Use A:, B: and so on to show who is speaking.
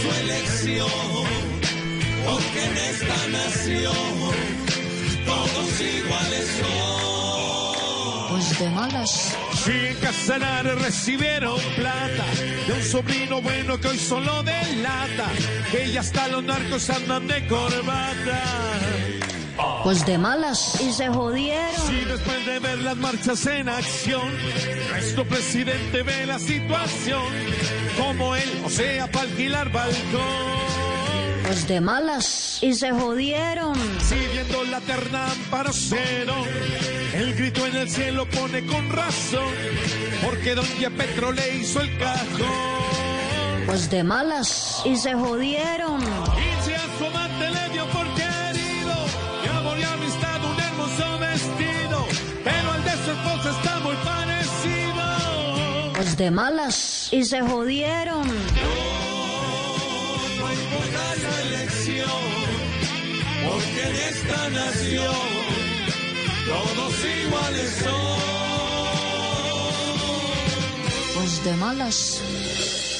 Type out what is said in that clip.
A: elección, porque en esta nación todos iguales son.
B: Pues de malas.
C: Sí, en Casanar recibieron plata de un sobrino bueno que hoy solo delata, que ya hasta los narcos andan de corbata.
B: Pues de malas.
D: Y se jodieron.
C: Si después de ver las marchas en acción, nuestro presidente ve la situación como él, o sea, para alquilar balcón.
B: Pues de malas.
D: Y se jodieron.
C: Si viendo la terna para cero, el grito en el cielo pone con razón, porque Don Petro le hizo el cajón.
B: Pues de malas.
D: Y se jodieron.
C: Y si a su amante le dio por querido, y amor y amistad un hermoso vestido, pero el de su esposa está muy parecido.
B: Pues de malas.
D: Y se jodieron.
A: No, no importa la elección, porque en esta nación todos iguales son.
B: Pues de malas.